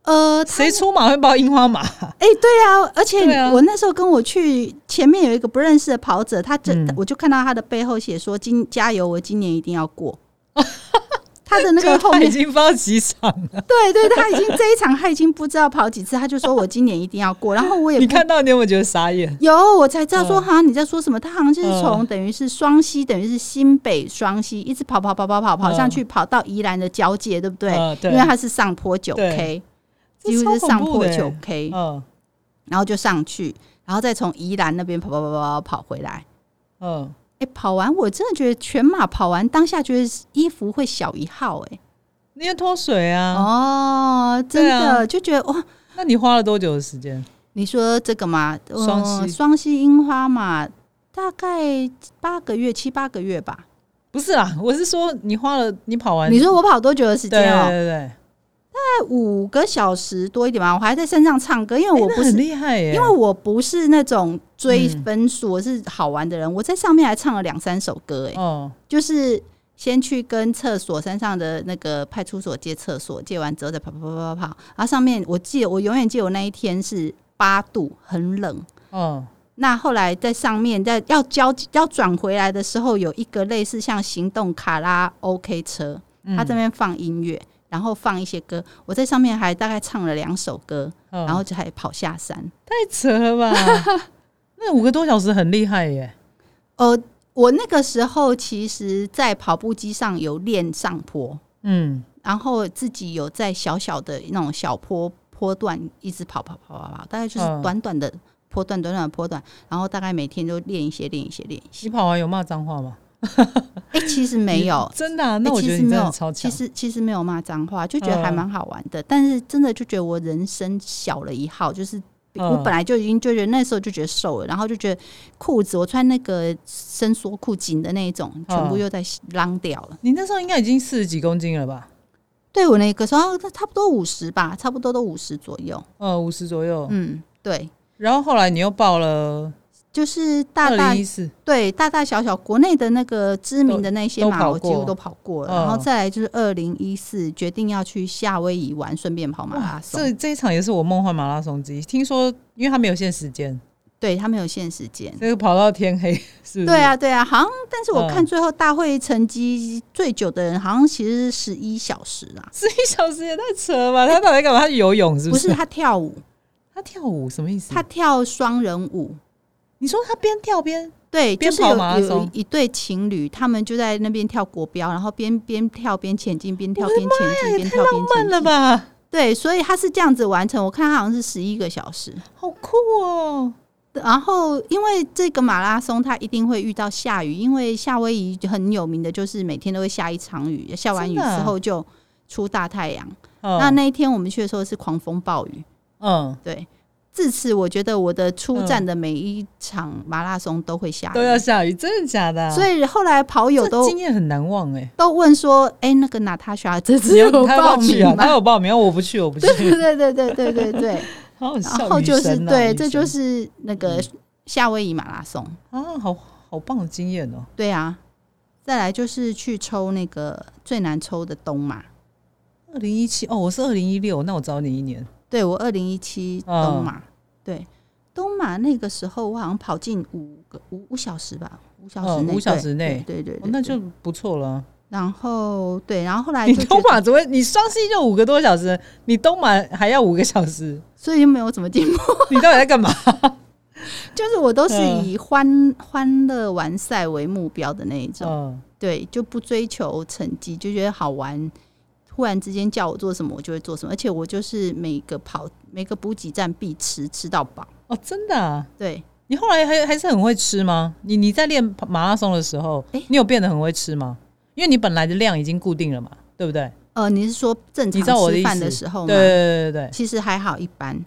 S2: 呃，它
S1: 谁出马会报樱花马？
S2: 哎、对啊，而且
S1: 对啊
S2: 我那时候跟我去前面有一个不认识的跑者，他这、
S1: 嗯
S2: 我就看到他的背后写说“今加油，我今年一定要过” 。他 的那个后
S1: 就是他已
S2: 面，
S1: 经报几场了，
S2: 对对，他已经这一场他已经不知道跑几次，他就说我今年一定要过。然后我也
S1: 你
S2: 不
S1: 看到你有没有觉得傻眼？
S2: 有，我才知道说
S1: 嗯
S2: 好像你在说什么。他好像就是从
S1: 嗯
S2: 等于是双溪，等于是新北双溪，一直跑跑跑跑跑跑上去，跑到宜兰的交界，对不对？
S1: 嗯对
S2: 因为它是上坡九 K，
S1: 对这
S2: 几乎是
S1: 超
S2: 上
S1: 恐怖
S2: 坡
S1: 的欸
S2: 九 K。
S1: 嗯
S2: 然后就上去，然后再从宜兰那边跑跑跑跑跑跑回来。
S1: 嗯，
S2: 哎、跑完我真的觉得全马跑完当下觉得衣服会小一号、诶
S1: 你也脱水
S2: 哎、
S1: 啊？
S2: 哦，真的、
S1: 对啊
S2: 就觉得哇，
S1: 那你花了多久的时间？
S2: 你说这个嘛，呃
S1: 双溪
S2: 双溪樱花嘛，大概八个月七八个月吧。
S1: 不是啦，我是说你花了你跑完，
S2: 你说我跑多久的时
S1: 对对
S2: 间哦、
S1: 对哎对，
S2: 大概五个小时多一点吧。我还在山上唱歌，因为我
S1: 哎
S2: 不
S1: 那
S2: 是
S1: 很厉害耶，
S2: 因为我不是那种追
S1: 嗯
S2: 分数，我是好玩的人，我在上面还唱了两三首歌、诶哎
S1: 哦
S2: 就是先去跟厕所山上的那个派出所借厕所，借完之后再跑跑跑跑跑。然后啊上面我记得，我永远记得我那一天是八度，很冷。
S1: 哦
S2: 那后来在上面在要交要转回来的时候，有一个类似像行动卡拉 OK 车，它这边放音乐，然后放一些歌。我在上面还大概唱了两首歌，
S1: 嗯
S2: 然后就还跑下山。
S1: 太扯了 吧？那五个多小时很厉害耶，
S2: 呃，我那个时候其实，在跑步机上有练上坡，
S1: 嗯，
S2: 然后自己有在小小的那种小坡坡段一直跑跑跑跑跑，大概就是
S1: 嗯
S2: 短短的坡段，短短的坡段，然后大概每天都练一些，练一些，练一 些
S1: 你。跑完有骂脏话吗？，
S2: 哎、其实没有
S1: 真的啊？
S2: 诶
S1: 那我
S2: 其
S1: 觉得
S2: 实
S1: 你真
S2: 没
S1: 的
S2: 有
S1: 超，
S2: 其
S1: 强，
S2: 实其实没有骂脏话，就觉得还
S1: 嗯
S2: 蛮好玩的。但是真的就觉得我人生小了一号，就是。我
S1: 嗯
S2: 本来就已经就觉得那时候就觉得瘦了，然后就觉得裤子我穿那个伸缩裤紧的那一种，全部
S1: 嗯
S2: 又在浪掉了。
S1: 你那时候应该已经四十几公斤了吧？
S2: 对我那个时候差不多五十吧，差不多都五十左右。
S1: 呃，五十左右，
S2: 嗯，对，
S1: 然后后来你又报了
S2: 就是大
S1: 二
S2: 大
S1: 零一四，
S2: 对大大小小国内的那个知名的那些
S1: 都
S2: 马，
S1: 跑
S2: 我几乎
S1: 过
S2: 都跑过了。
S1: 嗯
S2: 然后再来就是二零一四决定要去夏威夷玩，顺便跑马拉松。
S1: 这这一场也是我梦幻马拉松之一。听说因为它没有限时间，
S2: 对他没有限时间。
S1: 这个跑到天黑，是不是？
S2: 对，啊，对啊，好像但是我
S1: 嗯
S2: 看最后大会成绩最久的人，好像其实是十一小时啊，
S1: 十一小时也太扯了吧！他到底干嘛？他去游泳是
S2: 不
S1: 不
S2: 是他 跳舞，
S1: 他跳舞什么意思？
S2: 他跳双人舞，
S1: 你说他边跳边
S2: 对，就
S1: 边
S2: 是
S1: 跑
S2: 有
S1: 马拉
S2: 有
S1: 松
S2: 一对情侣，他们就在那边跳国标，然后边边跳边前进，边跳边前进，边跳边前
S1: 慢了
S2: 进。
S1: 吧？
S2: 对，所以他是这样子完成，我看他好像是十一个小时。
S1: 好酷哦！
S2: 然后，因为这个马拉松，它一定会遇到下雨，因为夏威夷很有名的就是每天都会下一场雨，下完雨
S1: 真的啊
S2: 之后就出大太阳。
S1: 嗯
S2: 那那一天我们去的时候是狂风暴雨，
S1: 嗯，
S2: 对。自此，我觉得我的出战的每一场马拉松都会下雨，
S1: 都要下雨，真的假的啊、
S2: 所以后来跑友
S1: 这
S2: 都
S1: 经验很难忘哎、
S2: 都问说：“哎、那个娜塔莎这次
S1: 你
S2: 有
S1: 有他
S2: 报
S1: 要去
S2: 名
S1: 啊，他
S2: 吗
S1: 有报名，我不去，我不？”去。
S2: 对对对对对对，
S1: 好 好笑，
S2: 然后就
S1: 女
S2: 是
S1: 神啊
S2: 对，
S1: 女嗯
S2: 这
S1: 神
S2: 就是那个夏威夷马拉松。
S1: 啊，好好棒的经验哦。
S2: 对啊，再来就是去抽那个最难抽的东马。
S1: 二零一七哦，我是二零一六，那我找你一年。
S2: 对我二零一七
S1: 嗯
S2: 东马，对东马那个时候我好像跑进五个五五小时吧，五小时
S1: 嗯
S2: 内，
S1: 五小时
S2: 对
S1: 内
S2: 对对对
S1: 哦
S2: 对
S1: 那就不错了啊。
S2: 然后对，然后后来
S1: 你
S2: 就觉
S1: 东
S2: 得，
S1: 马只会，你双溪就五个多小时，你东马还要五个小时，
S2: 所以就没有怎么进步，
S1: 你到底在干嘛？
S2: 就是我都是
S1: 嗯
S2: 以欢欢乐完赛为目标的那一种。
S1: 嗯，
S2: 对，就不追求成绩，就觉得好玩。突然之间叫我做什么，我就会做什么，而且我就是每个跑每个补给站必吃，吃到饱。
S1: 哦，真的啊。
S2: 对，
S1: 你后来还还是很会吃吗？你你在练马拉松的时候，
S2: 诶
S1: 你有变得很会吃吗？因为你本来的量已经固定了嘛，对不对？
S2: 呃，你是说正
S1: 你知道
S2: 常
S1: 我的
S2: 吃
S1: 意
S2: 饭
S1: 思
S2: 的时候
S1: 对
S2: 吗？
S1: 对对对对。
S2: 其实还好，一般。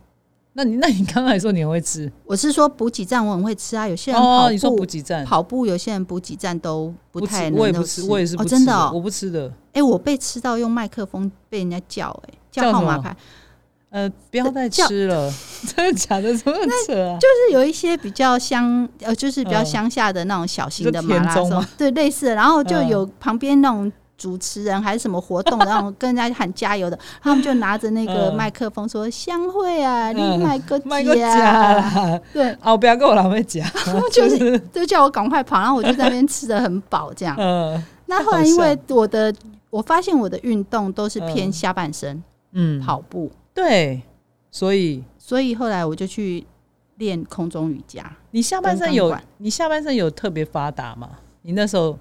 S1: 那你那你刚才说你很会吃
S2: 我是说补给站我很会吃啊，有些人跑
S1: 哦，你说补
S2: 步、
S1: 给站
S2: 跑步，有些人补给站都不太
S1: 吃，
S2: 能
S1: 我也不
S2: 够
S1: 吃，我也是不
S2: 哦，
S1: 吃
S2: 真的、
S1: 我
S2: 哦。
S1: 不吃的。
S2: 哎、我被吃到用麦克风被人家叫、哎，
S1: 叫
S2: 叫号
S1: 什
S2: 码
S1: 么
S2: 牌，
S1: 呃，不要再吃了， 真的假的？怎么很扯啊？
S2: 就是有一些比较乡呃，就是比较
S1: 嗯
S2: 乡下的那种小型的
S1: 你说
S2: 马
S1: 田
S2: 拉
S1: 中
S2: 松，
S1: 吗
S2: 对，类似的。然后就
S1: 嗯
S2: 有旁边那种主持人还是什么活 动，然后跟人家喊加油的，他们就拿着那个
S1: 嗯
S2: 麦克风说“相会啊，
S1: 嗯
S2: 你买个
S1: 卖个假
S2: 家
S1: 啦！”，
S2: 对，
S1: 啊，我不要跟我老妹讲，
S2: 就是就叫我赶快跑，然后我就在那边吃的很饱这样。
S1: 嗯
S2: 那
S1: 太
S2: 后来
S1: 好
S2: 因
S1: 笑
S2: 为我的，我发现我的运动都是偏
S1: 嗯
S2: 下半身
S1: 嗯，
S2: 跑步，
S1: 对，所以
S2: 所以后来我就去练空中瑜伽。
S1: 你下半身
S2: 跟钢
S1: 有
S2: 管
S1: 你下半身有特别发达吗？你那时候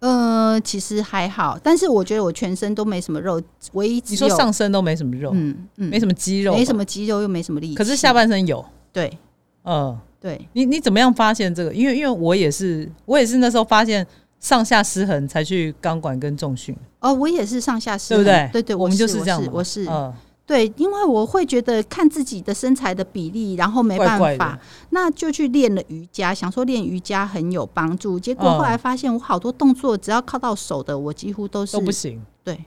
S2: 呃，其实还好，但是我觉得我全身都没什么肉，唯一只
S1: 你
S2: 有
S1: 说上身都没什么肉，
S2: 嗯嗯
S1: 没什么肌肉吧，
S2: 没什么肌肉，又没什么力气，
S1: 可是下半身有，
S2: 对
S1: 嗯，
S2: 对
S1: 你你怎么样发现这个？因为因为我也是我也是那时候发现上下失衡才去钢管跟重训，
S2: 哦，我也是上下失
S1: 对不
S2: 衡
S1: 对？
S2: 对对，
S1: 我们就是这样嘛，
S2: 我是我是
S1: 嗯，
S2: 对，因为我会觉得看自己的身材的比例，然后没
S1: 怪
S2: 办
S1: 怪
S2: 法，
S1: 的
S2: 那就去练了瑜伽，想说练瑜伽很有帮助，结果
S1: 嗯
S2: 后来发现我好多动作只要靠到手的，我几乎都是
S1: 都不行，
S2: 对。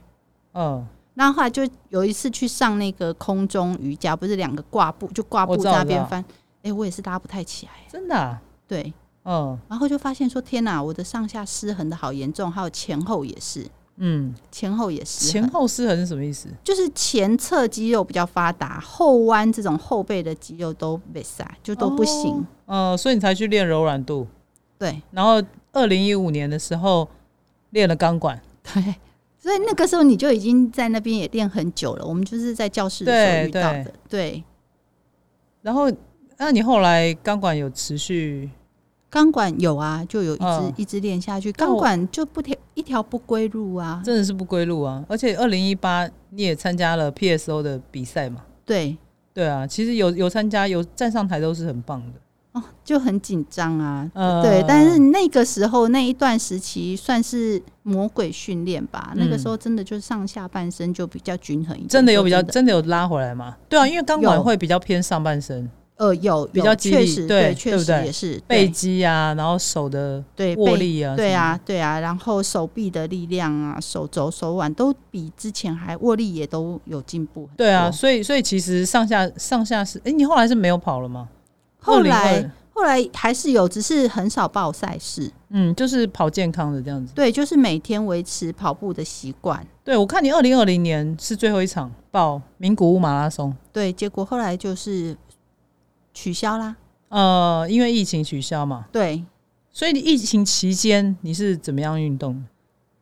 S1: 嗯，
S2: 然后后来就有一次去上那个空中瑜伽，不是两个挂布，就挂
S1: 我
S2: 布
S1: 知
S2: 在
S1: 道
S2: 那
S1: 我知
S2: 边
S1: 道
S2: 翻，哎、我也是拉不太起来。
S1: 真的啊、
S2: 对，
S1: 嗯
S2: 然后就发现说，天哪，我的上下失衡的好严重，还有前后也是，
S1: 嗯，
S2: 前后也失
S1: 前
S2: 衡，
S1: 后失衡是什么意思？
S2: 就是前侧肌肉比较发达，后弯这种后背的肌肉都被塞，就都不行。
S1: 哦，呃，所以你才去练柔软度，
S2: 对
S1: 然后二零一五年的时候练了钢管，
S2: 对，所以那个时候你就已经在那边也练很久了，我们就是在教室的时候
S1: 对
S2: 遇到的。对，
S1: 然后那你后来钢管有持续，
S2: 钢管有啊，就有一直、
S1: 嗯
S2: 一直练下去，
S1: 那
S2: 钢
S1: 我
S2: 管就不条一条不归路啊。
S1: 真的是不归路啊！而且二零一八你也参加了 PSO 的比赛嘛？
S2: 对，
S1: 对啊，其实有有参加有站上台都是很棒的，
S2: 哦，就很紧张啊。
S1: 呃
S2: 对，但是那个时候那一段时期算是魔鬼训练吧。
S1: 嗯
S2: 那个时候真的就上下半身就比较均衡一点，
S1: 真的有比较
S2: 说真
S1: 真的有拉回来吗？对啊，因为钢管
S2: 有
S1: 会比较偏上半身，
S2: 呃有有
S1: 比较激
S2: 确
S1: 励
S2: 实
S1: 对对不
S2: 确实
S1: 对
S2: 也是
S1: 背
S2: 对
S1: 肌啊，然后手的
S2: 对
S1: 握
S2: 背
S1: 力啊，
S2: 对啊，对啊，然后手臂的力量啊，手肘、手腕都比之前还握力也都有进步。
S1: 对啊，，所以所以其实上下上下是，哎、你后来是没有跑了吗？
S2: 后
S1: 2022
S2: 来后来还是有，只是很少报赛事。
S1: 嗯，就是跑健康的这样子。
S2: 对，就是每天维持跑步的习惯。
S1: 对，我看你二零二零年是最后一场报名古屋马拉松，
S2: 对，结果后来就是取消啦。
S1: 呃，因为疫情取消嘛，
S2: 对，
S1: 所以你疫情期间你是怎么样运动？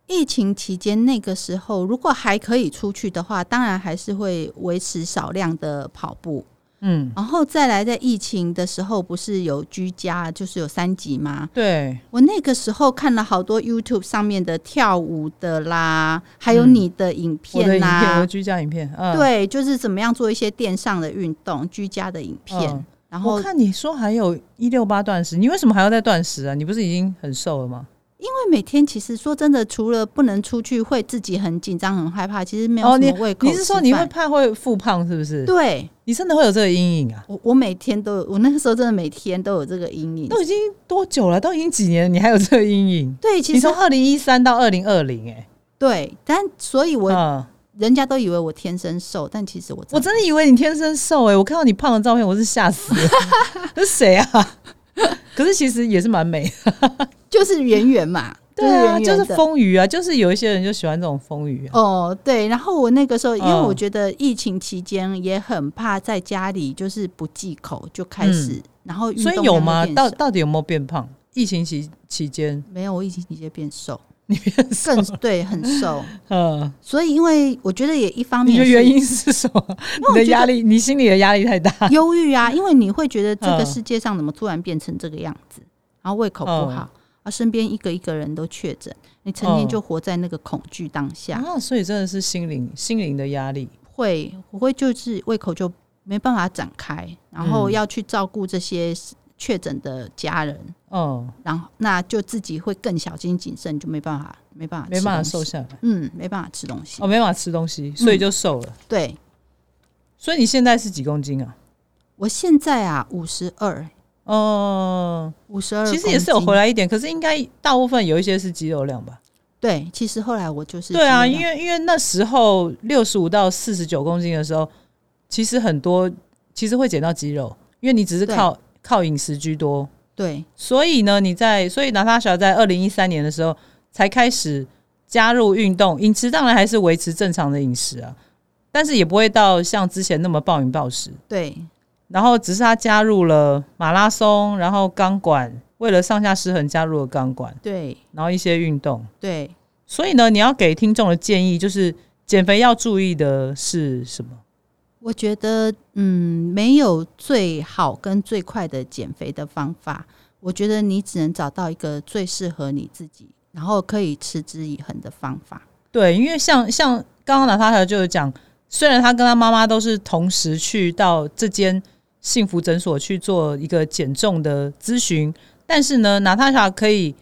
S2: 疫情期间那个时候，如果还可以出去的话，当然还是会维持少量的跑步。
S1: 嗯，
S2: 然后再来，在疫情的时候，不是有居家，就是有三级吗？
S1: 对，
S2: 我那个时候看了好多 YouTube 上面的跳舞的啦，还有你的影
S1: 嗯我的
S2: 片啊
S1: 影片，我
S2: 啦
S1: 的，居家影片，嗯，
S2: 对，就是怎么样做一些电上的运动，居家的影片。
S1: 嗯
S2: 然后
S1: 我看你说还有一六八断食，你为什么还要再断食啊？你不是已经很瘦了吗？
S2: 因为每天其实说真的，除了不能出去，会自己很紧张、很害怕，其实没有
S1: 哦
S2: 什么胃口、
S1: 你是说你会？怕会复胖是不是？
S2: 对，
S1: 你真的会有这个阴影啊？
S2: 我我每天都有，我那个时候真的每天都有这个阴影。
S1: 都已经多久了？都已经几年了，你还有这个阴影？
S2: 对，其
S1: 你
S2: 实
S1: 从二零一三到二零二零，哎，
S2: 对，但所以我，
S1: 嗯
S2: 人家都以为我天生瘦，但其实我
S1: 我
S2: 真
S1: 真的以为你天生瘦哎、我看到你胖的照片，我是吓死 了，这是谁啊？可是其实也是蛮美的，
S2: 就是圆圆嘛，
S1: 对啊，
S2: 就
S1: 就是是
S2: 圆圆的。
S1: 丰腴啊，就是有一些人就喜欢这种丰腴啊。
S2: 哦，对，然后我那个时候，因为
S1: 嗯
S2: 我觉得疫情期间也很怕在家里就是不忌口，就开始，然后运
S1: 嗯所以
S2: 动
S1: 有
S2: 量就
S1: 吗？
S2: 变
S1: 到
S2: 少
S1: 到底有没有变胖？疫情期期间，
S2: 没有，我疫情期间变瘦，
S1: 你变瘦
S2: 更，对很瘦。
S1: 嗯，
S2: 所以，因为我觉得呃也一方
S1: 你
S2: 面
S1: 的
S2: 是
S1: 原因是什 么？你的压力，你心里的压力太大。
S2: 忧郁啊，因为你会觉得这个
S1: 嗯
S2: 世界上怎么突然变成这个样子，然后胃口不
S1: 嗯
S2: 好，啊，身边一个一个人都确诊，你成天
S1: 嗯
S2: 就活在那个恐惧当下，
S1: 啊，所以真的是心灵心灵的压力。
S2: 会我会就是胃口就没办法展开，然后
S1: 嗯
S2: 要去照顾这些确诊的家人，
S1: 嗯，
S2: 然后那就自己会更小心谨慎，就没办法没办法
S1: 没办法
S2: 吃
S1: 瘦
S2: 东西，
S1: 下来，
S2: 嗯，没办法吃东西，
S1: 哦，没办法吃东西，所以就瘦了。
S2: 对
S1: 所以你现在是几公斤啊？
S2: 我现在啊五十二
S1: 哦、
S2: 五十二，
S1: 其实也是有回来一点，可是应该大部分有一些是肌肉量吧？
S2: 对，其实后来我就是
S1: 对啊，
S2: 尽量
S1: 因为因为那时候六十五到四十九公斤的时候，其实很多其实会减到肌肉，因为你只是
S2: 对
S1: 靠靠饮食居多，
S2: 对。
S1: 所以呢，你在所以娜塔莎在二零一三年的时候才开始加入运动，饮食当然还是维持正常的饮食啊，但是也不会到像之前那么暴饮暴食。
S2: 对
S1: 然后只是他加入了马拉松，然后钢管，为了上下失衡加入了钢管，
S2: 对
S1: 然后一些运动。
S2: 对，
S1: 所以呢，你要给听众的建议就是，减肥要注意的是什么？
S2: 我觉得嗯，没有最好跟最快的减肥的方法，我觉得你只能找到一个最适合你自己，然后可以持之以恒的方法。
S1: 对，因为像像刚刚娜塔莎就有讲，虽然她跟她妈妈都是同时去到这间幸福诊所去做一个减重的咨询，但是呢，娜塔莎可以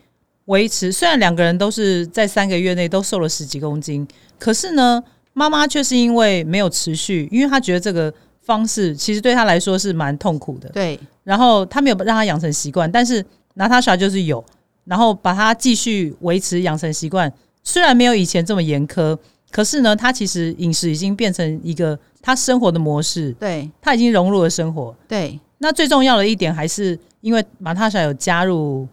S1: 维持，虽然两个人都是在三个月内都瘦了十几公斤，可是呢，妈妈却是因为没有持续，因为她觉得这个方式其实对她来说是蛮痛苦的，
S2: 对
S1: 然后她没有让她养成习惯，但是娜塔莎就是有，然后把她继续维持养成习惯。虽然没有以前这么严苛，可是呢，她其实饮食已经变成一个她生活的模式，
S2: 对
S1: 她已经融入了生活。
S2: 对，
S1: 那最重要的一点还是因为马塔莎有加入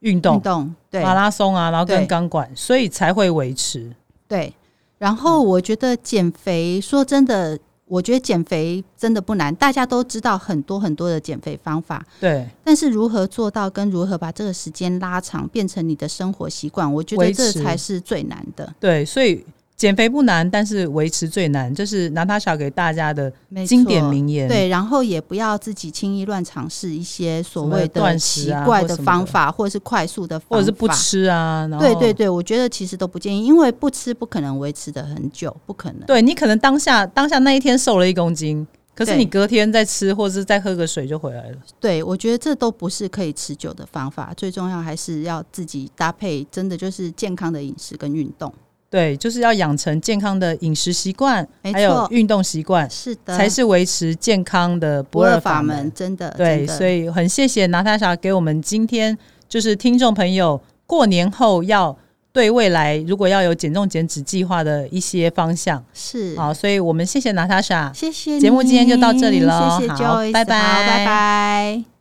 S1: 运
S2: 运
S1: 动、
S2: 动嗯对
S1: 马拉松啊，然后
S2: 对
S1: 跟钢管，所以才会维持。
S2: 对。然后我觉得减肥，说真的，我觉得减肥真的不难，大家都知道很多很多的减肥方法，
S1: 对，
S2: 但是如何做到，跟如何把这个时间拉长，变成你的生活习惯，我觉得
S1: 维
S2: 这
S1: 持
S2: 才是最难的。
S1: 对，所以减肥不难，但是维持最难，这是娜塔莎给大家的
S2: 没
S1: 经典
S2: 错
S1: 名言。，
S2: 对，然后也不要自己轻易乱尝试一些所
S1: 什么
S2: 谓的
S1: 断食
S2: 奇
S1: 啊
S2: 怪
S1: 或
S2: 的
S1: 什么
S2: 方
S1: 的
S2: 法，或者是快速的方法，
S1: 或者是不。吃啊，然后
S2: 对对对，我觉得其实都不建议，因为不吃不可能维持的很久，不可能。
S1: 对你可能当下当下那一天瘦了一公斤，可是
S2: 对
S1: 你隔天再吃或是再喝个水就回来了。
S2: 对，我觉得这都不是可以持久的方法，最重要还是要自己搭配，真的就是健康的饮食跟运动。
S1: 对，就是要养成健康的饮食习惯，
S2: 没
S1: 还有
S2: 错，
S1: 运动习惯，
S2: 是的，
S1: 才是维持健康的
S2: 不
S1: 不
S2: 二
S1: 二
S2: 法
S1: 法
S2: 门，
S1: 门。
S2: 真的。
S1: 对，
S2: 真的
S1: 所以很谢谢娜塔莎给我们今天就是听众朋友过年后要对未来如果要有减重减脂计划的一些方向。
S2: 是
S1: 好，所以我们谢谢娜塔莎。
S2: 谢谢你。
S1: 节目今天就到这里咯
S2: 谢谢
S1: 好
S2: Joyce，
S1: 拜
S2: 好拜
S1: 拜
S2: 拜。